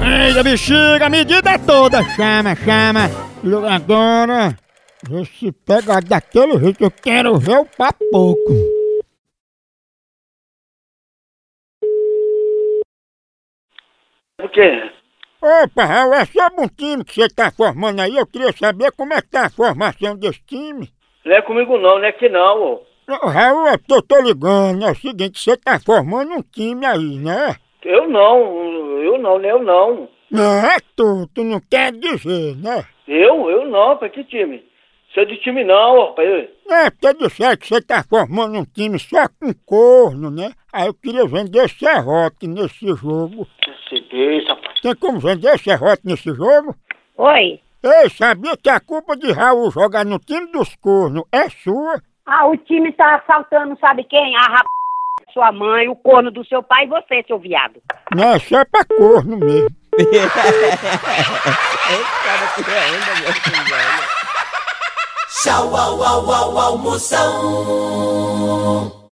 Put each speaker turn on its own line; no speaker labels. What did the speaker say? Doida bexiga, a medida é toda. Chama, chama. Eu Agora, vê se pega daquele jeito. Eu quero ver o papoco.
O quê?
Opa, Raul, é sobre um time que você tá formando aí. Eu queria saber como é que tá a formação desse time.
Não é comigo não, não é que não, ô.
Ô, Raul, é porque eu tô ligando. É o seguinte, você tá formando um time aí, né?
Eu não, eu não, eu não.
Não é tu, tu não quer dizer, né?
Eu? Eu não, pra que time? Sou de time não, ô, rapaz.
Não é porque eu disser que você tá formando um time só com corno, né? Aí eu queria é vender serrote nesse jogo.
Você deixa, rapaz.
Tem como vender serrote nesse jogo?
Oi.
Ei, sabia que a culpa de Raul jogar no time dos cornos é sua?
Ah, o time tá assaltando, sabe quem? A rap... sua mãe, o corno do seu pai e você, seu viado.
Não, é só pra corno mesmo.
Tchau, au, au, au, almoção.